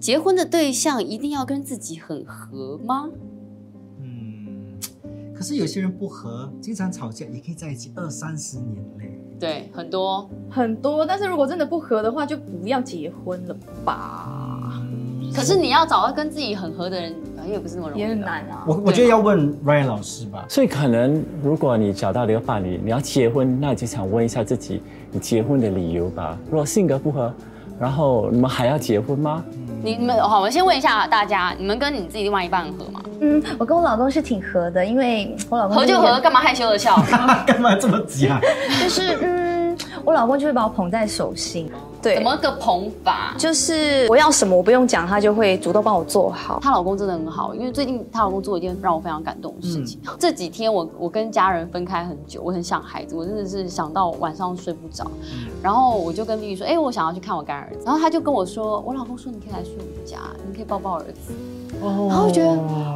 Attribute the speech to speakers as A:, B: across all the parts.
A: 结婚的对象一定要跟自己很合吗？
B: 嗯，可是有些人不和，经常吵架，也可以在一起二三十年嘞。
A: 对，很多
C: 很多，但是如果真的不合的话，就不要结婚了吧，
B: 嗯
A: 可是你要找到跟自己很合的人，好像也不是那么容易。
C: 也很。难啊。
B: 我我觉得要问 Ryan 老师吧。
D: 所以可能如果你找到了一个伴侣，你要结婚，那你就想问一下自己，你结婚的理由吧。如果性格不合，然后你们还要结婚吗？
A: 你你们好，我先问一下大家，你们跟你自己另外一半合吗？
E: 嗯，我跟我老公是挺合的，因为 我老公
A: 合
E: 是
A: 就
E: 一个
A: 合，干嘛害羞 的笑？
B: 干嘛这么急啊？
E: 就是嗯，我老公就会把我捧在手心，对，
A: 怎么个捧法？
E: 就是我要什么我不用讲，他就会主动帮我做好。
A: 她老公真的很好，因为最近她老公做了一件让我非常感动的事情。这几天我我跟家人分开很久，我很想孩子，我真的是想到晚上睡不着。然后我就跟 B B 说，哎、我想要去看我干儿子。然后他就跟我说，我老公说你可以来睡我们家，你可以抱抱儿子。
B: 哦
A: 然后我觉得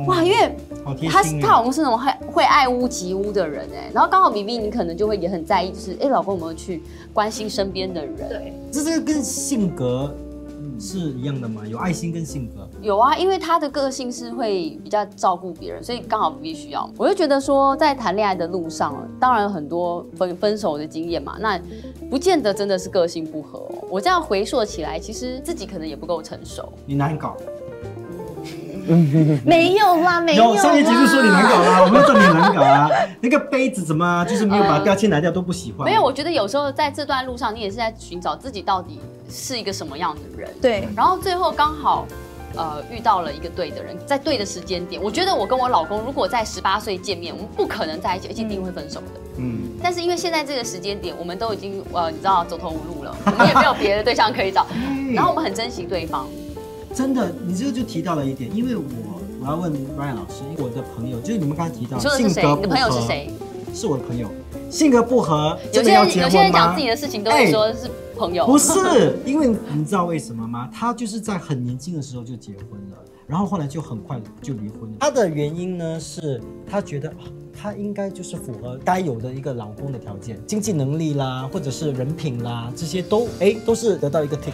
A: 哇，因为
B: 好贴
A: 他
B: 心
A: 他老
B: 啊。
A: 公是那种会会爱屋及乌的人哎，然后刚好 B B 你可能就会也很在意，就是哎、老公有没有去关心身边的人？
B: 这这个跟性格是一样的嘛？有爱心跟性格。
A: 有啊，因为他的个性是会比较照顾别人，所以刚好必须要。我就觉得说，在谈恋爱的路上，当然很多分分手的经验嘛，那不见得真的是个性不合、哦。我这样回溯起来，其实自己可能也不够成熟。
B: 你难搞，嗯
E: 没有啦，没有
B: 有
E: 啦。
B: 上一集就说你难搞啦，我们说你难搞啊。那个杯子怎么啊就是没有把标签拿掉都不喜欢？
A: 呃没有，我觉得有时候在这段路上，你也是在寻找自己到底是一个什么样的人。
E: 对，
A: 然后最后刚好，呃，遇到了一个对的人，在对的时间点。我觉得我跟我老公如果在十八岁见面，我们不可能在一起，而且一定会分手的。
B: 嗯，
A: 但是因为现在这个时间点，我们都已经呃，你知道走投无路了，我们也没有别的对象可以 找，
B: 嗯
A: 然后我们很珍惜对方。
B: 真的，你这就提到了一点，因为我我要问 Ryan 老师，因为我的朋友就是你们刚才提到
A: 你说的是
B: 性
A: 谁？
B: 格
A: 你
B: 不合，
A: 的朋友是？谁？
B: 是我的朋友，性格不合，
A: 有
B: 真的
A: 些
B: 要
A: 人
B: 结
A: 有些人
B: 婚
A: 讲
B: 吗
A: 自？己的事情都会
B: 哎
A: 说是朋友，
B: 不是，因为你知道为什么吗？他就是在很年轻的时候就结婚了，然后后来就很快就离婚了。他的原因呢是，他觉得、啊、他应该就是符合该有的一个老公的条件，经济能力啦，或者是人品啦，这些都哎都是得到一个 tick。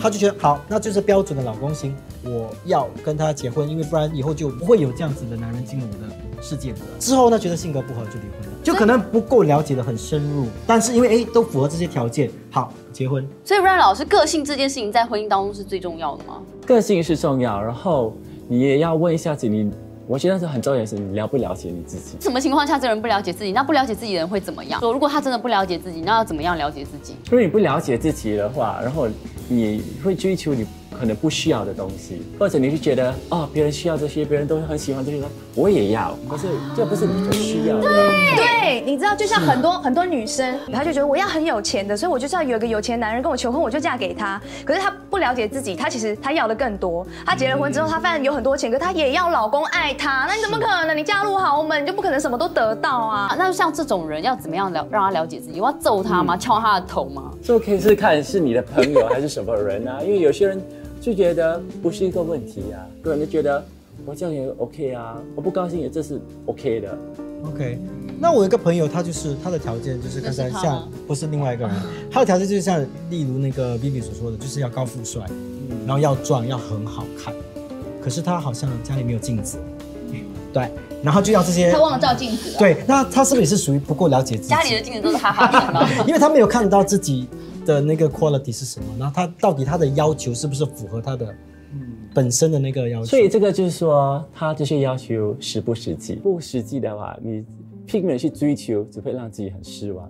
B: 他就觉得好，那就是标准的老公型，我要跟他结婚，因为不然以后就不会有这样子的男人进入我的世界里了。之后呢，觉得性格不合就离婚了，就可能不够了解的很深入，但是因为哎都符合这些条件，好结婚，
A: 所以 Ryan 老师个性这件事情在婚姻当中是最重要的吗？
D: 个性是重要，然后你也要问一下自己，你我觉得是很重要的是你了不了解你自己。
A: 什么情况下这个人不了解自己？那不了解自己的人会怎么样？说如果他真的不了解自己，那要怎么样了解自己？
D: 如果你不了解自己的话，然后你会追求你可能不需要的东西，或者你就觉得哦，别人需要这些，别人都很喜欢这些，我也要，可是这不是你的需要的。
E: 对，啊你知道，就像很多很多女生，她就觉得我要很有钱的，所以我就是要有一个有钱男人跟我求婚，我就嫁给他。可是她不了解自己，她其实她要的更多。她结了婚之后，她发现有很多钱，可她也要老公爱她。那你怎么可能？你嫁入豪门，你就不可能什么都得到啊
A: 啊，。那像这种人要怎么样了让他了解自己？我要揍他
B: 嗯
A: 吗？敲他的头吗？
D: 就可以是看是你的朋友还是什么人啊， 因为有些人就觉得不是一个问题啊，个人就觉得我这样也 OK 啊，我不高兴也这是 OK 的。
B: OK，那我有一个朋友，他就是他的条件就是刚才
A: 就是他
B: 像
A: 吗
B: 不是另外 一个人，他的条件就是像例如那个 Vivi 所说的，就是要高富帅，然后要壮，要很好看。可是他好像家里没有镜子，对，然后就要这些
F: 他。忘了照镜子了。
B: 对，那他是不是也是属于不够了解自己？
A: 啊家里的镜子都是哈哈镜吗？
B: 因为他没有看到自己的那个 quality 是什么，然后他到底他的要求是不是符合他的本身的那个要求？
D: 所以这个就是说，他这些要求实不实际，不实际的话，你拼命地去追求，只会让自己很失望，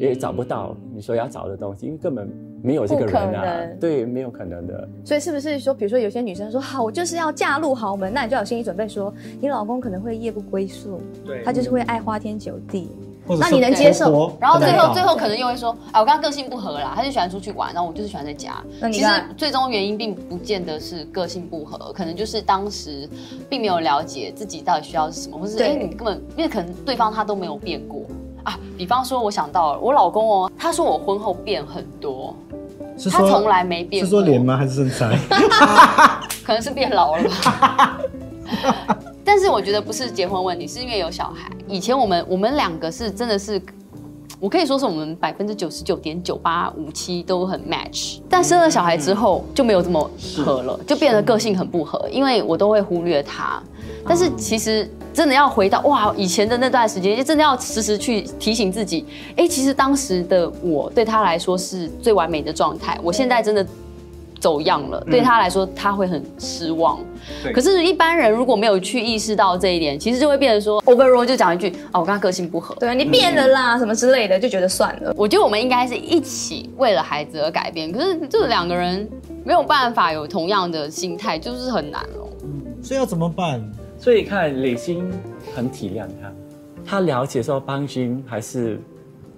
D: 也找不到你所要找的东西，因为根本没有这个人
C: 不可
D: 啊
C: 能，
D: 对，没有可能的。
E: 所以是不是说，比如说有些女生说好，我就是要嫁入豪门，那你就要有心理准备说，你老公可能会夜不归宿，
B: 对
E: 他就是会爱花天酒地。
B: 或者
E: 那
B: 是
E: 你能
B: 婆
E: 接受
B: 婆
A: 然后最
B: 可能
A: 后
B: 要
A: 最后可能又会说，啊，我跟他个性不合啦，他就喜欢出去玩，然后我就是喜欢在家。
E: 那你
A: 其实
E: 看
A: 最终原因并不见得是个性不合，可能就是当时并没有了解自己到底需要什么，或是
E: 对
A: 哎你根本因为可能对方他都没有变过啊。比方说，我想到了我老公哦，他说我婚后变很多，
B: 是
A: 他
B: 说
A: 从来没变
B: 是
A: 过。
B: 说脸吗？还是身材？
A: 可能是变老了吧。 但是我觉得不是结婚问题，是因为有小孩。以前我们我们两个是真的是我可以说是我们百分之九十九点九八五七都很 match，但生了小孩之后就没有这么合了，就变得个性很不合，因为我都会忽略他。但是其实真的要回到哇以前的那段时间，就真的要时时去提醒自己，哎，其实当时的我对他来说是最完美的状态，我现在真的走样了，对他来说他会很失望。
F: 对
A: 可是，一般人如果没有去意识到这一点，其实就会变成说 overall 就讲一句啊，我跟他个性不合。
E: 对你变了啦，什么之类的，就觉得算了。
A: 我觉得我们应该是一起为了孩子而改变，可是这两个人没有办法有同样的心态，就是很难哦。
B: 所以要怎么办？
D: 所以看李欣很体谅他，他了解说邦君还是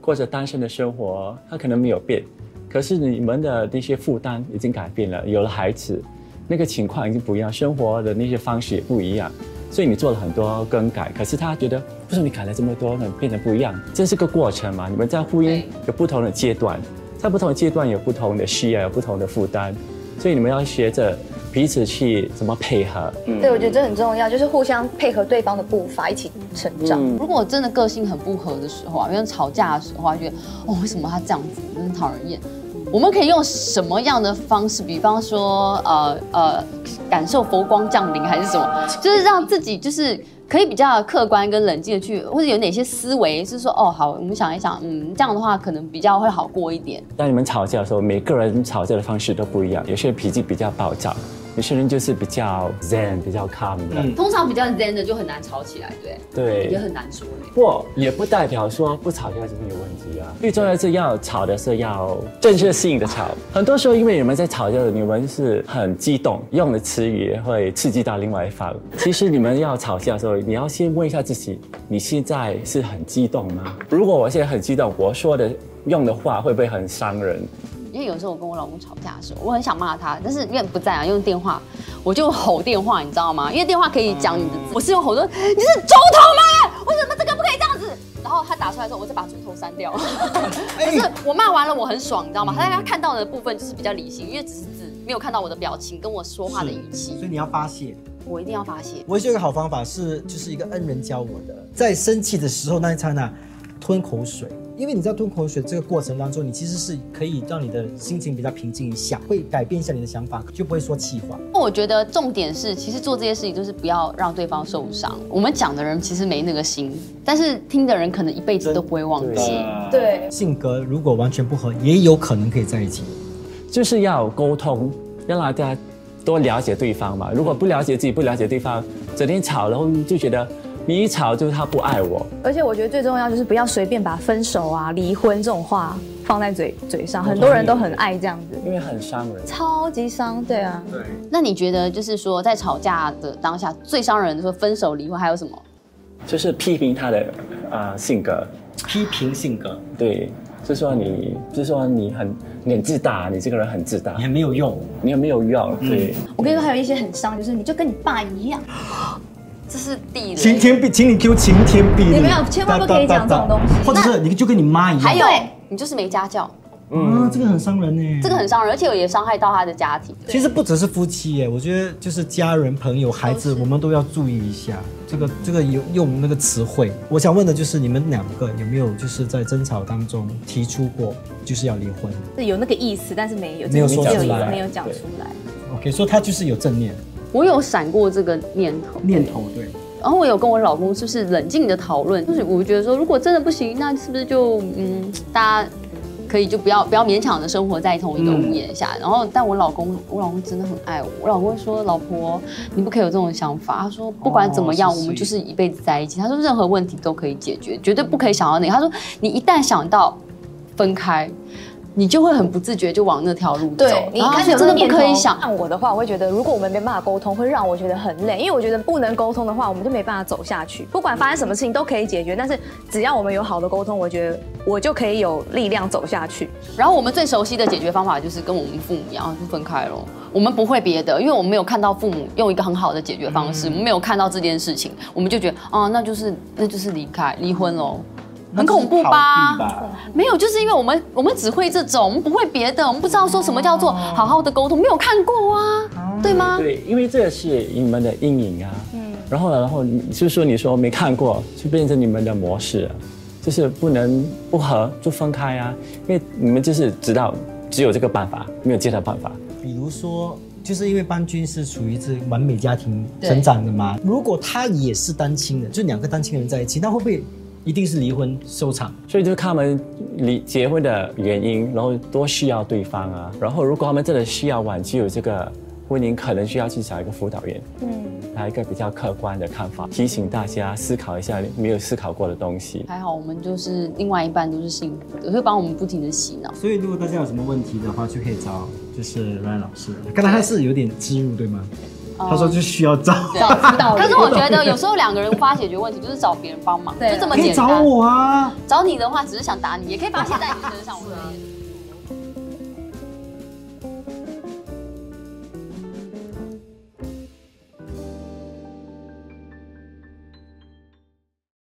D: 过着单身的生活，他可能没有变，可是你们的那些负担已经改变了，有了孩子，那个情况已经不一样，生活的那些方式也不一样，所以你做了很多更改。可是他觉得，为什么你改了这么多呢？变得不一样，这是个过程嘛？你们在婚姻
A: 对
D: 有不同的阶段，在不同的阶段有不同的需要，有不同的负担，所以你们要学着彼此去怎么配合。
E: 对，我觉得这很重要，就是互相配合对方的步伐，一起成长。
D: 嗯
A: 如果真的个性很不合的时候啊，因为吵架的时候啊，觉得哦，为什么他这样子，真的讨人厌。我们可以用什么样的方式？比方说，呃呃，感受佛光降临还是什 么？就是让自己就是可以比较客观跟冷静的去，或者有哪些思维是说，哦，好，我们想一想，嗯，这样的话可能比较会好过一点。
D: 当你们吵架的时候，每个人吵架的方式都不一样，有些人脾气比较暴躁，有些人就是比较 zen、比较 calm 的。
F: 嗯
A: 通常比较 zen 的就很难吵起来，对，也
D: 对，
A: 很难说欸
D: 不过也不代表说不吵架就没有问题啊。最重要是要吵的是要正确性的吵。很多时候，因为你们在吵架的时候，你们是很激动，用的词语会刺激到另外一方。其实你们要吵架的时候，你要先问一下自己，你现在是很激动吗？如果我现在很激动，我说的用的话会不会很伤人？
A: 因为有时候我跟我老公吵架的时候，我很想骂他，但是因为不在啊，用电话，我就吼电话，你知道吗？因为电话可以讲你的字，
D: 嗯
A: 我是用吼的，你是猪头吗？为什么这个不可以这样子？然后他打出来之后，我再把猪头删掉。
D: 哎
A: 可是我骂完了，我很爽，你知道吗？他
D: 嗯
A: 他看到的部分就是比较理性，因为只是字，没有看到我的表情跟我说话的语
B: 是
A: 气
B: 所，以你要发泄。
A: 我一定要发泄。
B: 我有一个好方法是，就是一个恩人教我的，在生气的时候那一刹那，吞口水，因为你在吞口水这个过程当中，你其实是可以让你的心情比较平静一下，会改变一下你的想法，就不会说气话。
A: 我觉得重点是，其实做这些事情就是不要让对方受伤。我们讲的人其实没那个心，但是听的人可能一辈子都不会忘
D: 真
A: 记
D: 的。
E: 对，
B: 性格如果完全不合，也有可能可以在一起。
D: 就是要沟通，要让大家多了解对方嘛。如果不了解自己，不了解对方，整天吵，然后就觉得你一吵就是他不爱我，
E: 而且我觉得最重要就是不要随便把分手啊、离婚这种话放在嘴嘴
B: 哦
E: 上，很多人都很爱这样子，
D: 因为很伤人。
E: 超级伤。对啊，
B: 嗯
F: 对，
A: 那你觉得就是说，在吵架的当下，最伤人的说分手、离婚，还有什么？
D: 就是批评他的啊性格，
F: 批评性格
D: 对，就说你，就说你很你很自大，你这个人很自大
B: 也，没有用，
D: 你有没有用？对，
E: 我跟你说，还有一些很伤，就是你就跟你爸一样，
A: 这是地
B: 晴
A: 雷。
B: 天必，请你 Q 晴天霹雳。
E: 你没有千万不可以讲这种东西
B: 或者是你就跟你妈一样。
A: 还有，你就是没家教，
B: 啊，这个很伤人呢。
A: 这个很伤人，而且也伤害到他的家庭。
B: 其实不只是夫妻耶，我觉得就是家人、朋友、孩子，我们都要注意一下这个这个用用那个词汇。我想问的就是你们两个有没有就是在争吵当中提出过就是要离婚
C: 是有那个意思，但是没有
B: 没有说
C: 这个
B: 出来
C: 没有讲出来。
B: ？OK，说他就是有正念
A: 我有闪过这个念头，
B: 念头，对，
A: 然后我有跟我老公就是冷静的讨论，就是我觉得说，如果真的不行，那是不是就嗯，大家可以就不要不要勉强的生活在同一个屋檐
B: 嗯
A: 下。然后，但我老公，我老公真的很爱我，我老公说，老婆你不可以有这种想法。他说，不管怎么
B: 哦
A: 样，
F: 是
A: 我们就是一辈子在一起。他说，任何问题都可以解决，绝对不可以想到那个。他说，你一旦想到分开。你就会很不自觉就往那条路走，
E: 对你一
A: 然后
E: 开
A: 他
E: 始
A: 说
E: 有
A: 真的
E: 这个
A: 不可以
E: 念头
A: 想，
E: 像我的话，我会觉得，如果我们没办法沟通，会让我觉得很累，因为我觉得不能沟通的话，我们就没办法走下去。不管发生什么事情都可以解决，但是只要我们有好的沟通，我觉得我就可以有力量走下去。
A: 然后我们最熟悉的解决方法就是跟我们父母一样就分开咯。我们不会别的，因为我们没有看到父母用一个很好的解决方式，我
B: 嗯
A: 们没有看到这件事情，我们就觉得啊，那就是那就是离开离婚咯。
B: 嗯
A: 很恐怖吧？没有，就是因为我们我们只会这种，我们不会别的，我们不知道说什么叫做
B: 哦
A: 好好的沟通，没有看过啊，对吗？
D: 对，因为这个是你们的阴影啊。然后呢，然后你就说你说没看过，就变成你们的模式啊。就是不能不合就分开啊，因为你们就是知道只有这个办法，没有其他办法。
B: 比如说，就是因为邦君是属于这完美家庭成长的嘛，如果他也是单亲的，就两个单亲人在一起，那会不会一定是离婚收场？
D: 所以就是看他们离结婚的原因，然后多需要对方啊。然后如果他们真的需要挽救这个婚姻，可能需要去找一个辅导员，
E: 嗯，
D: 来一个比较客观的看法，提醒大家思考一下没有思考过的东西。
A: 还好我们就是另外一半都是幸福的，会帮我们不停的洗脑。
B: 所以如果大家有什么问题的话，就可以找就是 Ryan 老师。刚才他是有点植入对吗？他说就需要找，
A: 找辅导 员，可是我觉得有时候两个人无法解决问题，就是找别人帮忙，
C: 对啊
A: 就这么
B: 可以
A: 简单。
B: 找我啊。
A: 找你的话，只是想打你，也可以发泄在你身上。我觉得也是